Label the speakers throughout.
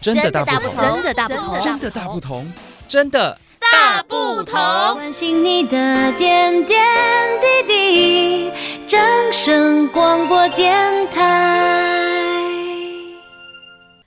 Speaker 1: 真的大不
Speaker 2: 不真
Speaker 1: 同，
Speaker 2: 的大不同，
Speaker 1: 真的大不同，真的
Speaker 2: 大不同。
Speaker 3: 关心你的点点滴滴，掌声广播电台。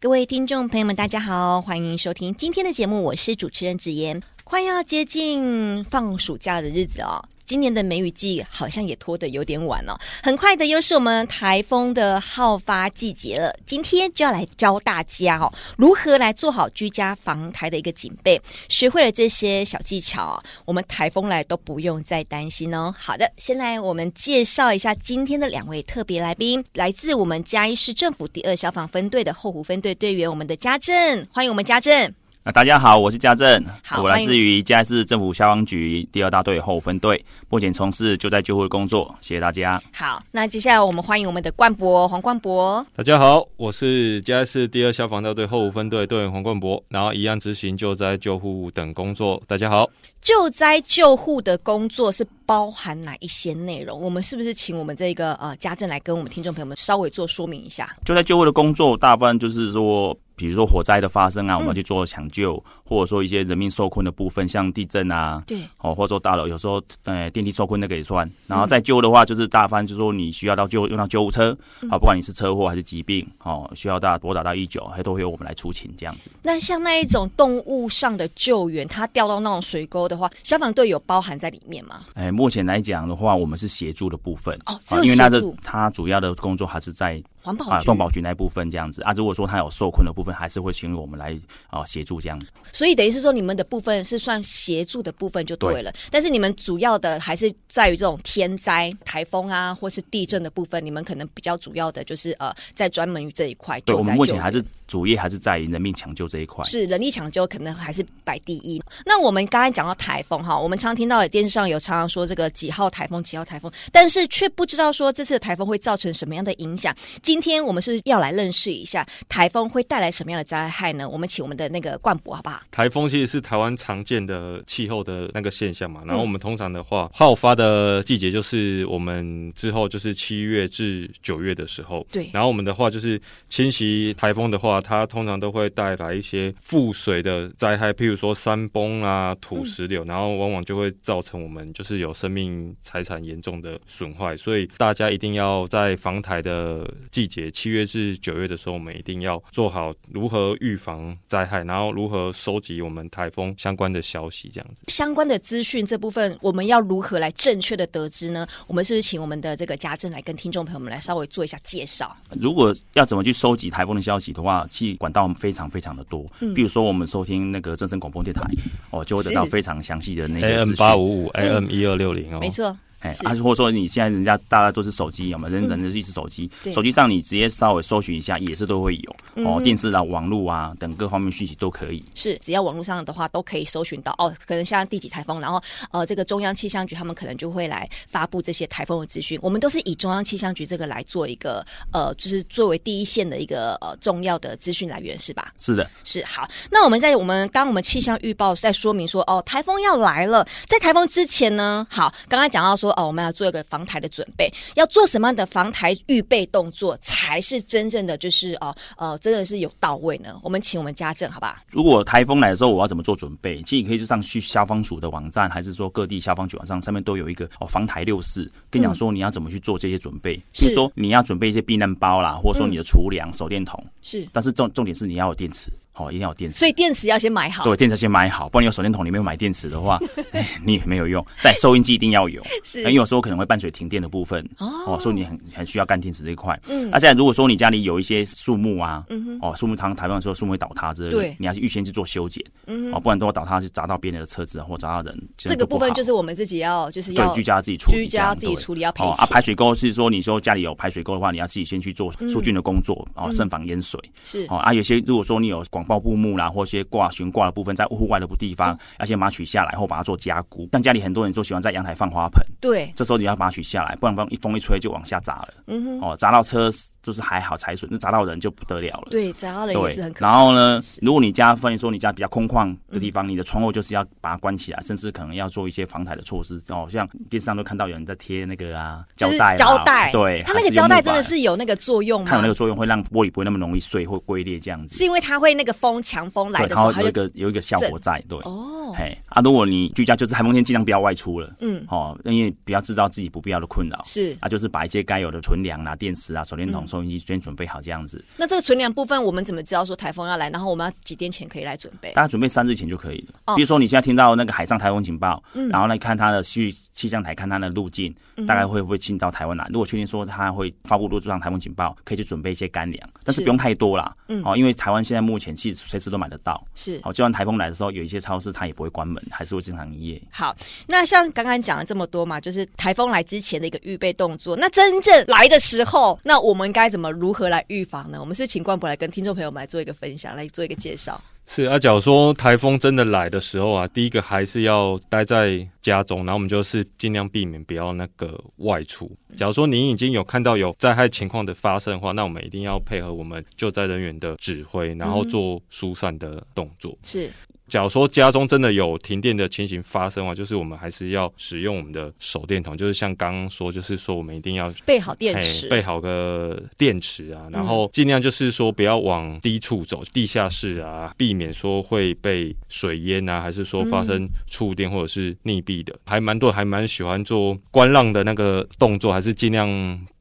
Speaker 4: 各位听众朋友们，大家好，欢迎收听今天的节目，我是主持人子妍。快要接近放暑假的日子哦，今年的梅雨季好像也拖得有点晚了、很快的又是我们台风的好发季节了。今天就要来教大家哦，如何来做好居家防台的一个警备。学会了这些小技巧哦，我们台风来都不用再担心哦。好的，先来我们介绍一下今天的两位特别来宾，来自我们嘉义市政府第二消防分队的后湖分队队员，我们的家政，欢迎我们家政。
Speaker 5: 那大家好，我是家政，
Speaker 4: 好
Speaker 5: 我
Speaker 4: 欢
Speaker 5: 来
Speaker 4: 迎
Speaker 5: 自于嘉义市政府消防局第二大队后分队，目前从事救灾救护的工作，谢谢大家。
Speaker 4: 好，那接下来我们欢迎我们的冠博黄冠博。
Speaker 6: 大家好，我是嘉义市第二消防大队后五分队队员黄冠博，然后一样执行救灾救护等工作。大家好，
Speaker 4: 救灾救护的工作是包含哪一些内容？我们是不是请我们这个呃家政来跟我们听众朋友们稍微做说明一下？
Speaker 5: 救灾救护的工作，大部分就是说，比如说火灾的发生
Speaker 4: 嗯
Speaker 5: 啊，我们要去做抢救，或者说一些人命受困的部分，像地震啊，
Speaker 4: 对，嗯
Speaker 5: 哦，或者说大楼有时候呃电梯受困那个也算。然后再救的话，就是大番，就是说你需要到救用到救护车，
Speaker 4: 嗯
Speaker 5: 好、不管你是车祸还是疾病，哦，需要大拨打到一九，还都会由我们来出勤这样子。
Speaker 4: 那像那一种动物上的救援，它掉到那种水沟的话，消防队有包含在里面吗？
Speaker 5: 哎，目前来讲的话，我们是协助的部分
Speaker 4: 哦只
Speaker 5: 啊
Speaker 4: 有
Speaker 5: 因为它
Speaker 4: 协
Speaker 5: 的
Speaker 4: 助哦
Speaker 5: 它主要的工作还是在
Speaker 4: 环保
Speaker 5: 啊
Speaker 4: 局，
Speaker 5: 动保局那部分这样子啊。如果说它有受困的部分，还是会请我们来啊协助这样子。
Speaker 4: 所以等于是说你们的部分是算协助的部分就对了，但是你们主要的还是在于这种天灾、台风啊，或是地震的部分，你们可能比较主要的就是呃，在专门于这一块
Speaker 5: 对，
Speaker 4: 救
Speaker 5: 我们
Speaker 4: 灾
Speaker 5: 目
Speaker 4: 救
Speaker 5: 前还
Speaker 4: 援。
Speaker 5: 是主业还是在于人命抢救这一块。
Speaker 4: 是人力抢救可能还是摆第一。那我们刚才讲到台风哈，我们常听到的电视上有常常说这个几号台风几号台风，但是却不知道说这次的台风会造成什么样的影响。今天我们是不是要来认识一下台风会带来什么样的灾害呢？我们请我们的那个冠博好不好？
Speaker 6: 台风其实是台湾常见的气候的那个现象嘛，然后我们通常的话，好发的季节就是我们之后就是七月至九月的时候，
Speaker 4: 对
Speaker 6: 然后我们的话就是侵袭台风的话，它通常都会带来一些覆水的灾害，譬如说山崩啊、土石
Speaker 5: 嗯
Speaker 6: 流，然后往往就会造成我们就是有生命财产严重的损坏，所以大家一定要在防台的季节，七月至九月的时候，我们一定要做好如何预防灾害，然后如何收集我们台风相关的消息，这样子。
Speaker 4: 相关的资讯这部分，我们要如何来正确的得知呢？我们是不是请我们的这个家政来跟听众朋友们来稍微做一下介绍？
Speaker 5: 如果要怎么去收集台风的消息的话，其实管道非常非常的多。比如说我们收听那个正声广播电台，哦，就会得
Speaker 4: 嗯
Speaker 5: 到
Speaker 4: 是
Speaker 5: 非常详细的那个
Speaker 6: AM
Speaker 5: 资
Speaker 6: 哎八
Speaker 5: 讯。
Speaker 6: 五五，AM 一二六零哦，
Speaker 4: 没错，
Speaker 5: 哎，
Speaker 4: 是嗯
Speaker 5: 啊，或者说你现在人家大家都是手机，有没有？人人都是一只手机
Speaker 4: 对，嗯
Speaker 5: 手机上你直接稍微搜寻一下，也是都会有哦，电视啊、网络啊等各方面讯息都可以。
Speaker 4: 是只要网络上的话都可以搜寻到哦。可能像第几台风，然后呃，这个中央气象局他们可能就会来发布这些台风的资讯。我们都是以中央气象局这个来做一个呃，就是作为第一线的一个呃重要的资讯来源，是吧？
Speaker 5: 是的，
Speaker 4: 是好，那我们在我们刚刚我们气象预报在说明说哦，台风要来了，在台风之前呢，好，刚刚讲到说哦，我们要做一个防台的准备，要做什么样的防台预备动作才是真正的就是哦呃，真的是有到位呢？我们请我们家政好吧？
Speaker 5: 如果台风来的时候，我要怎么做准备？其实你可以就上去消防署的网站，还是说各地消防局网站上面都有一个哦防台六四，跟你讲说你要怎么去做这些准备。
Speaker 4: 嗯是嗯
Speaker 5: 譬如说你要准备一些避难包啦，或者说你的储粮、手电筒，
Speaker 4: 是，
Speaker 5: 但是重重点是你要有电池，哦，一定要有电池。
Speaker 4: 所以电池要先买好，
Speaker 5: 对，电池先买好，不然你有手电筒，你没有买电池 的话，哎你也没有用。在收音机一定要有，
Speaker 4: 是
Speaker 5: 因为有时候可能会伴随停电的部分哦，所以你很很需要干电池这一块。嗯，而且如果说你家里有一些树木啊，嗯、哦，树木常台湾说树木会倒塌之类的，
Speaker 4: 对
Speaker 5: 你要去预先去做修剪，嗯、哦，不然都要倒塌去砸到别人的车子啊或砸到人，
Speaker 4: 这个部分就是我们自己要就是要
Speaker 5: 对，居家自己处理这样，
Speaker 4: 居家自己处理要赔
Speaker 5: 对哦啊，
Speaker 4: 钱嗯
Speaker 5: 排水沟是说，你说家里有排水沟的话，你要自己先去做疏浚的工作，哦，慎防淹水。
Speaker 4: 是
Speaker 5: 哦啊，有些如果说你有广报布幕啦，或一些挂悬挂的部分，在户外的地
Speaker 4: 嗯
Speaker 5: 方，要先把它取下来，然后把它做加固。像家里很多人都喜欢在阳台放花盆，
Speaker 4: 对
Speaker 5: 这时候你要把它取下来，不然不然一风一吹就往下砸了。嗯哦，砸到车就是还好财损，那砸到人就不得了了。
Speaker 4: 对，砸到人也是很可
Speaker 5: 然
Speaker 4: 怕。
Speaker 5: 后呢，如果你家，发现说你家比较空旷的地方，你的窗户就是要把它关起来，
Speaker 4: 嗯
Speaker 5: 甚至可能要做一些防台的措施。哦，像电视上都看到有人在贴那个啊
Speaker 4: 嗯
Speaker 5: 胶
Speaker 4: 就是
Speaker 5: 带啊，
Speaker 4: 胶带，
Speaker 5: 对，
Speaker 4: 它
Speaker 5: 还
Speaker 4: 那个
Speaker 5: 是
Speaker 4: 胶
Speaker 5: 用
Speaker 4: 带
Speaker 5: 木
Speaker 4: 真的
Speaker 5: 板，
Speaker 4: 是有那个作用吗？
Speaker 5: 它有那个作用，会让玻璃不会那么容易碎或龟裂这样子。
Speaker 4: 是因为它会那个风强风来
Speaker 5: 对，
Speaker 4: 的
Speaker 5: 然
Speaker 4: 时候，
Speaker 5: 后有
Speaker 4: 它
Speaker 5: 一
Speaker 4: 就
Speaker 5: 个有一个效果在，对，
Speaker 4: 哦，
Speaker 5: 嘿啊，如果你居家就是台风天，尽量不要外出了，
Speaker 4: 嗯，
Speaker 5: 哦，因为不要制造自己不必要的困扰。
Speaker 4: 是。
Speaker 5: 啊，就是把一些该有的存粮啊、电池啊、手电筒、
Speaker 4: 嗯
Speaker 5: 收音机先准备好，这样子，
Speaker 4: 那这个存粮部分，我们怎么知道说台风要来？然后我们要几天前可以来准备？
Speaker 5: 大家准备三日前就可以了。
Speaker 4: 哦
Speaker 5: 比如说你现在听到那个海上台风警报，
Speaker 4: 嗯
Speaker 5: 然后呢看它的去气象台看它的路径，大概会不会进到台湾来？如果确定说它会发布陆上台风警报，可以去准备一些干粮，但
Speaker 4: 是
Speaker 5: 是不用太多啦。
Speaker 4: 嗯
Speaker 5: 哦，因为台湾现在目前其实随时都买得到。
Speaker 4: 是
Speaker 5: 好、就算台风来的时候，有一些超市它也不会关门，还是会正常营业。
Speaker 4: 好，那像刚刚讲了这么多嘛，就是台风来之前的一个预备动作。那真正来的时候，那我们该怎么如何来预防呢？我们是请冠博来跟听众朋友们来做一个分享，来做一个介绍。
Speaker 6: 是啊，假如说台风真的来的时候啊，第一个还是要待在家中，然后我们就是尽量避免不要那个外出。假如说您已经有看到有灾害情况的发生的话，那我们一定要配合我们救灾人员的指挥，然后做疏散的动作。
Speaker 4: 是
Speaker 6: 假如说家中真的有停电的情形发生啊，就是我们还是要使用我们的手电筒，就是像刚刚说，就是说我们一定要
Speaker 4: 备好电
Speaker 6: 嘿
Speaker 4: 池，嗯
Speaker 6: 备好个电池啊，然后尽量就是说不要往低处走，地下室啊，避免说会被水淹啊，还是说发生触电或者是溺毙的，还蛮多人还蛮喜欢做观浪的那个动作，还是尽量。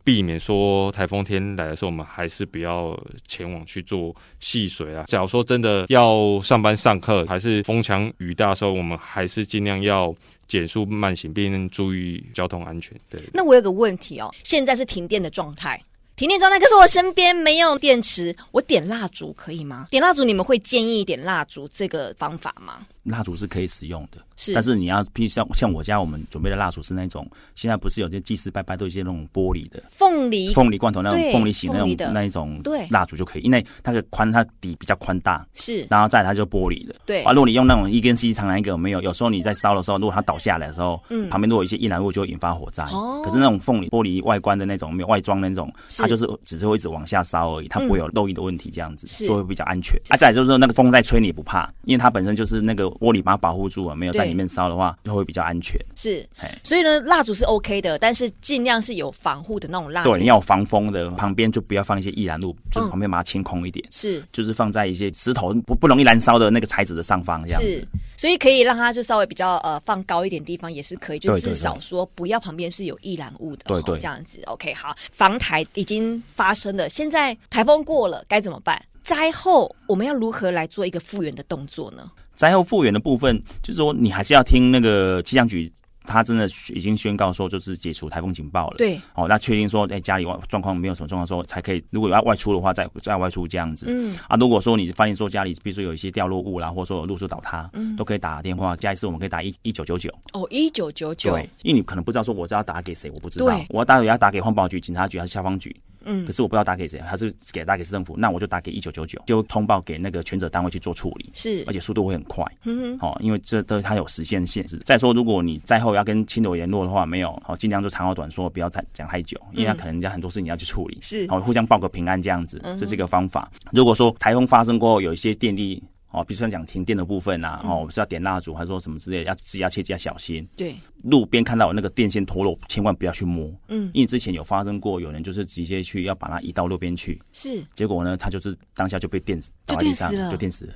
Speaker 6: 避免说台风天来的时候，我们还是不要前往去做戏水啊。假如说真的要上班上课，还是风强雨大的时候，我们还是尽量要减速慢行，并注意交通安全。对。
Speaker 4: 那我有个问题哦，现在是停电的状态，停电状态，可是我身边没有电池，我点蜡烛可以吗？点蜡烛，你们会建议点蜡烛这个方法吗？
Speaker 5: 蜡烛是可以使用的，
Speaker 4: 是，
Speaker 5: 但是你要，譬如像像我家我们准备的蜡烛是那种，现在不是有些祭祀拜拜都有一些那种玻璃的，
Speaker 4: 凤梨
Speaker 5: 凤梨罐头那
Speaker 4: 对
Speaker 5: 种凤梨型那
Speaker 4: 凤梨
Speaker 5: 种
Speaker 4: 的
Speaker 5: 那一种
Speaker 4: 对
Speaker 5: 蜡烛就可以，因为它的宽它底比较宽大，
Speaker 4: 是
Speaker 5: 然后再来它就玻璃的。
Speaker 4: 对
Speaker 5: 啊，如果你用那种一根细长的一个有没有？有时候你在烧的时候，如果它倒下来的时候，
Speaker 4: 嗯
Speaker 5: 旁边如果有一些易燃物就会引发火灾。
Speaker 4: 哦
Speaker 5: 可是那种凤梨玻璃外观的那种没有外装的那种，
Speaker 4: 是
Speaker 5: 它就是只是会一直往下烧而已，它不会有漏液的问题，这样子、
Speaker 4: 是
Speaker 5: 所以会比较安全。啊，再来就是说那个风在吹你也不怕，因为它本身就是那个玻璃把它保护住了，没有在
Speaker 4: 对
Speaker 5: 里面烧的话就会比较安全。
Speaker 4: 是
Speaker 5: 嘿，
Speaker 4: 所以呢，蜡烛是 OK 的，但是尽量是有防护的那种蜡烛。
Speaker 5: 对，你要有防风的，旁边就不要放一些易燃物，就是
Speaker 4: 嗯
Speaker 5: 旁边把它清空一点。
Speaker 4: 是
Speaker 5: 就是放在一些石头不不容易燃烧的那个材质的上方，这样
Speaker 4: 是
Speaker 5: 子。，
Speaker 4: 所以可以让它就稍微比较呃放高一点地方也是可以，就
Speaker 5: 对对
Speaker 4: 至少说不要旁边是有易燃物的，
Speaker 5: 对
Speaker 4: 哦
Speaker 5: 对
Speaker 4: 这样子 OK 好。防台已经发生了，现在台风过了该怎么办？灾后我们要如何来做一个复原的动作呢？
Speaker 5: 灾后复原的部分，就是说你还是要听那个气象局，他真的已经宣告说就是解除台风警报了。。
Speaker 4: 对，
Speaker 5: 哦，那确定说，哎、家里外状况没有什么状况的时候，才可以。如果要外出的话，再再外出这样子。
Speaker 4: 嗯，
Speaker 5: 啊，如果说你发现说家里，比如说有一些掉落物啊啦，或者说有路树倒塌，嗯，都可以打电话。下一次我们可以打一一九九九，
Speaker 4: 哦，一九九九，
Speaker 5: 对，因为你可能不知道说我是要打给谁，我不知道
Speaker 4: 对，
Speaker 5: 我要打给要打给环保局、警察局还是消防局，
Speaker 4: 嗯
Speaker 5: 可是我不知道打给谁，还是给打给市政府，那我就打给一九九九，就通报给那个权责单位去做处理，
Speaker 4: 是
Speaker 5: 而，且速度会很快。
Speaker 4: 嗯哼，
Speaker 5: 哦，因为这都它有时限限制。再说，如果你灾后要跟亲友联络的话，没有，好、尽量就长话短说，不要太讲太久，因为它
Speaker 4: 嗯
Speaker 5: 可能人家很多事情要去处理，
Speaker 4: 是
Speaker 5: 好、互相报个平安这样子
Speaker 4: 嗯哼，
Speaker 5: 这是一个方法。如果说台风发生过后，有一些电力。哦，比如说讲停电的部分啊，
Speaker 4: 嗯
Speaker 5: 哦，是要点蜡烛，还是说什么之类的，要自己要切记要小心。
Speaker 4: 对，
Speaker 5: 路边看到有那个电线脱落，千万不要去摸，
Speaker 4: 嗯，
Speaker 5: 因为之前有发生过，有人就是直接去要把它移到路边去，
Speaker 4: 是
Speaker 5: 结果呢，他就是当下就被电死，
Speaker 4: 就
Speaker 5: 倒在地
Speaker 4: 电
Speaker 5: 上
Speaker 4: 死了
Speaker 5: 就电死了。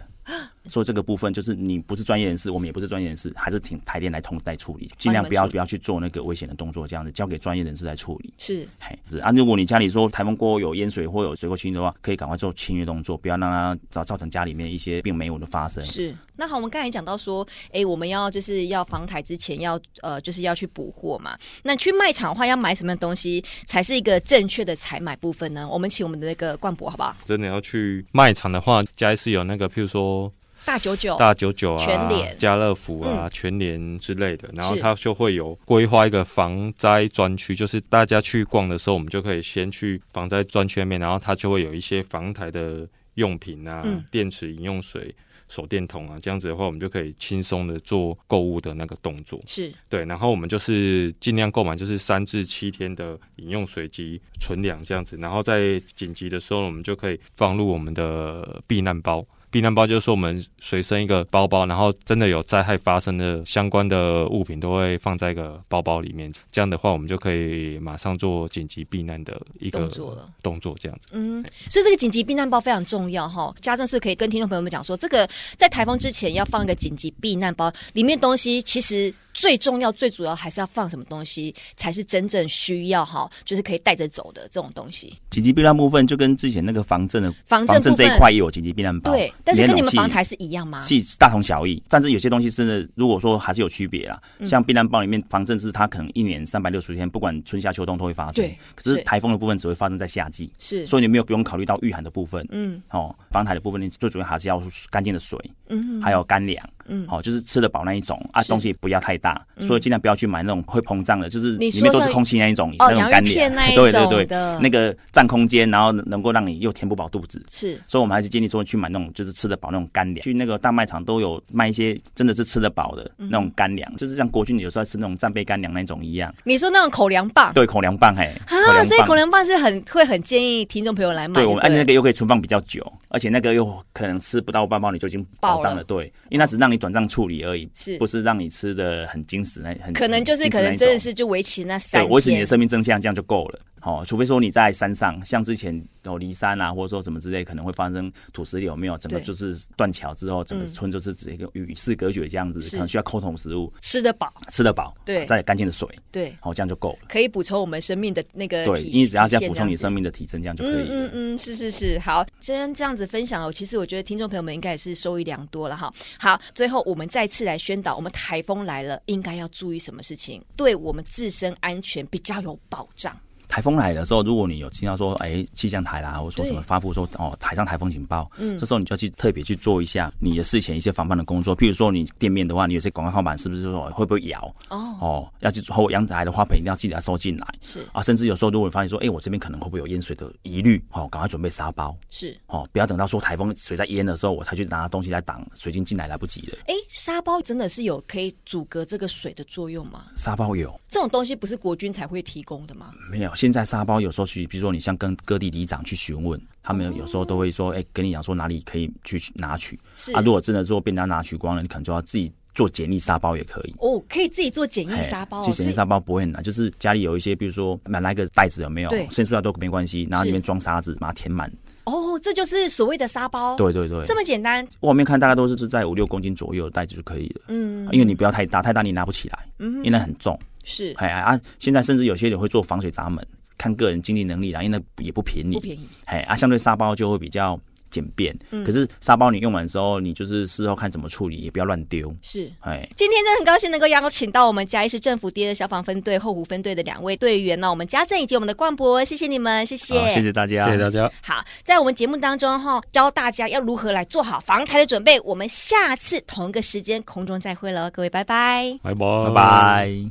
Speaker 5: 所以这个部分就是你不是专业人士，我们也不是专业人士，还是请台电来通来处理，尽量
Speaker 4: 帮你
Speaker 5: 不
Speaker 4: 们
Speaker 5: 要
Speaker 4: 处理
Speaker 5: 不要去做那个危险的动作，这样子交给专业人士来处理。
Speaker 4: 是，
Speaker 5: 嘿，是啊，如果你家里说台风过后有淹水或有水过侵的话，可以赶快做清淤动作，不要让它造造成家里面一些并没有的发生。
Speaker 4: 是，那好，我们刚才讲到说，哎，我们要就是要防台之前要呃，就是要去补货嘛。那去卖场的话，要买什么东西才是一个正确的采买部分呢？我们请我们的那个冠博好不好？
Speaker 6: 真的要去卖场的话，家是有那个，譬如说
Speaker 4: 大九九，
Speaker 6: 大九九啊、
Speaker 4: 哦全联嗯
Speaker 6: 家乐福啊、全联之类的，然后
Speaker 4: 是
Speaker 6: 它就会有规划一个防灾专区，就是大家去逛的时候，我们就可以先去防灾专区那边，然后它就会有一些防台的用品啊、
Speaker 4: 嗯
Speaker 6: 电池、饮用水。手电筒啊，这样子的话，我们就可以轻松的做购物的那个动作。
Speaker 4: 是
Speaker 6: 对，然后我们就是尽量购买就是三至七天的饮用水及存粮这样子，然后在紧急的时候我们就可以放入我们的避难包，避难包就是说我们随身一个包包，然后真的有灾害发生的相关的物品都会放在一个包包里面。这样的话，我们就可以马上做紧急避难的一个
Speaker 4: 动作了
Speaker 6: 动作这样子。
Speaker 4: 嗯，
Speaker 5: 哎
Speaker 4: 所以这个紧急避难包非常重要哈。家政是可以跟听众朋友们讲说，这个在台风之前要放一个紧急避难包，里面东西其实最重要、最主要还是要放什么东西才是真正需要哈，就是可以带着走的这种东西。
Speaker 5: 紧急避难部分就跟之前那个防震的
Speaker 4: 防
Speaker 5: 防
Speaker 4: 震
Speaker 5: 震
Speaker 4: 部
Speaker 5: 这
Speaker 4: 分
Speaker 5: 一块也有紧急避难包，
Speaker 4: 对，但是跟你们
Speaker 5: 连
Speaker 4: 防
Speaker 5: 容器
Speaker 4: 台是一样吗？
Speaker 5: 是大同小异，但是有些东西真的，如果说还是有区别啦。
Speaker 4: 嗯
Speaker 5: 像避难包里面防震是它可能一年三百六十天，不管春夏秋冬都会发生
Speaker 4: 对。
Speaker 5: 可是
Speaker 4: 是
Speaker 5: 台风的部分只会发生在夏季，
Speaker 4: 是，
Speaker 5: 所以你没有不用考虑到御寒的部分。
Speaker 4: 嗯
Speaker 5: 哦，防台的部分你最主要还是要干净的水，
Speaker 4: 嗯，
Speaker 5: 还有干粮，
Speaker 4: 嗯
Speaker 5: 好、就是吃得饱那一种啊，
Speaker 4: 是嗯
Speaker 5: 东西不要太大，所以尽量不要去买那种会膨胀的，就是
Speaker 4: 你
Speaker 5: 里面
Speaker 4: 说
Speaker 5: 都是
Speaker 4: 像
Speaker 5: 空气那一种，
Speaker 4: 哦
Speaker 5: 那种
Speaker 4: 洋
Speaker 5: 干
Speaker 4: 芋片
Speaker 5: 粮
Speaker 4: 那一，
Speaker 5: 对
Speaker 4: 种
Speaker 5: 对
Speaker 4: 的
Speaker 5: 对，那个占空间，然后能够让你又填不饱肚子。
Speaker 4: 是
Speaker 5: 所以我们还是建议说去买那种就是吃得饱那种干粮，去那个大卖场都有卖一些真的是吃得饱的那种干
Speaker 4: 嗯
Speaker 5: 粮，就是像国军有时候吃那种战备干粮那种一样，
Speaker 4: 你说那种口粮棒
Speaker 5: 对，口粮棒嘿，
Speaker 4: 啊，所以口
Speaker 5: 棒。
Speaker 4: 粮棒是很会很建议听众朋友来买
Speaker 5: 对，
Speaker 4: 就对
Speaker 5: 我们哎
Speaker 4: 了，
Speaker 5: 而且那个又可以存放比较久，而且那个又可能吃不到半包你就已经饱胀
Speaker 4: 饱了
Speaker 5: 了，对，因为它只让你短暂处理而已，
Speaker 4: 是
Speaker 5: 不是让你吃的很精实那很
Speaker 4: 可能就是
Speaker 5: 很
Speaker 4: 可
Speaker 5: 精实那
Speaker 4: 能
Speaker 5: 一
Speaker 4: 真的
Speaker 5: 种
Speaker 4: 是就维持那
Speaker 5: 对
Speaker 4: 三，
Speaker 5: 维持你的
Speaker 4: 天，
Speaker 5: 生命真相，这样就够了。好、除非说你在山上，像之前有离山啊，或者说什么之类，可能会发生土石流，有没有？整个
Speaker 4: 对
Speaker 5: 就是断桥之后，整个
Speaker 4: 嗯
Speaker 5: 村就是直接与世隔绝这样子，
Speaker 4: 是
Speaker 5: 可能需要空桶食物，
Speaker 4: 吃得饱，
Speaker 5: 吃得饱，哦
Speaker 4: 对
Speaker 5: 再有干净的水，
Speaker 4: 对。
Speaker 5: 好、这样就够了。
Speaker 4: 可以补充我们生命的那个
Speaker 5: 对，
Speaker 4: 呃体
Speaker 5: 因为只要这
Speaker 4: 体现
Speaker 5: 样补充你
Speaker 4: 子
Speaker 5: 生命的体征，这样就可以了。
Speaker 4: 嗯嗯嗯，是是是，好，既然这样子分享哦，其实我觉得听众朋友们应该也是受益良多了哈。好，最后我们再次来宣导，我们台风来了应该要注意什么事情，对我们自身安全比较有保障。
Speaker 5: 台风来的时候，如果你有听到说，哎，气象台啦，或者说
Speaker 4: 对
Speaker 5: 什么发布说，哦，台上台风警报，嗯，这时候你就要去特别去做一下你的事前一些防范的工作。譬如说，你店面的话，你有些广告号板是不是说哎会不会摇？
Speaker 4: 哦，
Speaker 5: 哦，要去后阳台的花盆一定要记得要收进来
Speaker 4: 是
Speaker 5: 啊，甚至有时候如果你发现说，哎、我这边可能会不会有淹水的疑虑，哦，赶快准备沙包，
Speaker 4: 是，
Speaker 5: 哦，不要等到说台风水在淹的时候，我才去拿东西来挡，水晶进来来不及了。
Speaker 4: 哎，沙包真的是有可以阻隔这个水的作用吗？
Speaker 5: 沙包有
Speaker 4: 这种东西不是国军才会提供的吗？
Speaker 5: 没有？现在沙包有时候去，比如说你像跟各地里长去询问，他们有时候都会说，哎、跟你讲说哪里可以去拿取
Speaker 4: 是
Speaker 5: 啊。如果真的说被人家拿取光了，你可能就要自己做简易沙包也可以。
Speaker 4: 哦，可以自己做简易沙包、哦，
Speaker 5: 其实
Speaker 4: 所
Speaker 5: 简易
Speaker 4: 以
Speaker 5: 沙包不会很难，就是家里有一些，比如说买来一个袋子有没有
Speaker 4: 对，
Speaker 5: 伸出来都没关系，然后里面装沙子，把它填满。
Speaker 4: 哦，这就是所谓的沙包，，
Speaker 5: 对对对，
Speaker 4: 哦这么简单，
Speaker 5: 外面看大概都是是在五六公斤左右的袋子就可以了。嗯，因为你不要太大，太大你拿不起来，因为那很重。
Speaker 4: 嗯是
Speaker 5: 哎啊，现在甚至有些人会做防水闸门，看个人经济能力啦，因为那也不便宜。
Speaker 4: 不便宜，
Speaker 5: 哎啊，相对沙包就会比较简便。
Speaker 4: 嗯
Speaker 5: 可是沙包你用完之后，你就是事后看怎么处理，也不要乱丢。
Speaker 4: 是。
Speaker 5: 哎，
Speaker 4: 今天真的很高兴能够邀请到我们嘉义市政府第二消防分队后湖分队的两位队员呢，我们家政以及我们的冠博，谢谢你们，谢谢。
Speaker 5: 好，谢谢大家，
Speaker 6: 谢谢大家。
Speaker 4: 好，在我们节目当中哈，教大家要如何来做好防台的准备。我们下次同一个时间空中再会喽，各位拜拜。
Speaker 6: 拜
Speaker 5: 拜
Speaker 6: 拜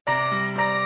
Speaker 5: 拜。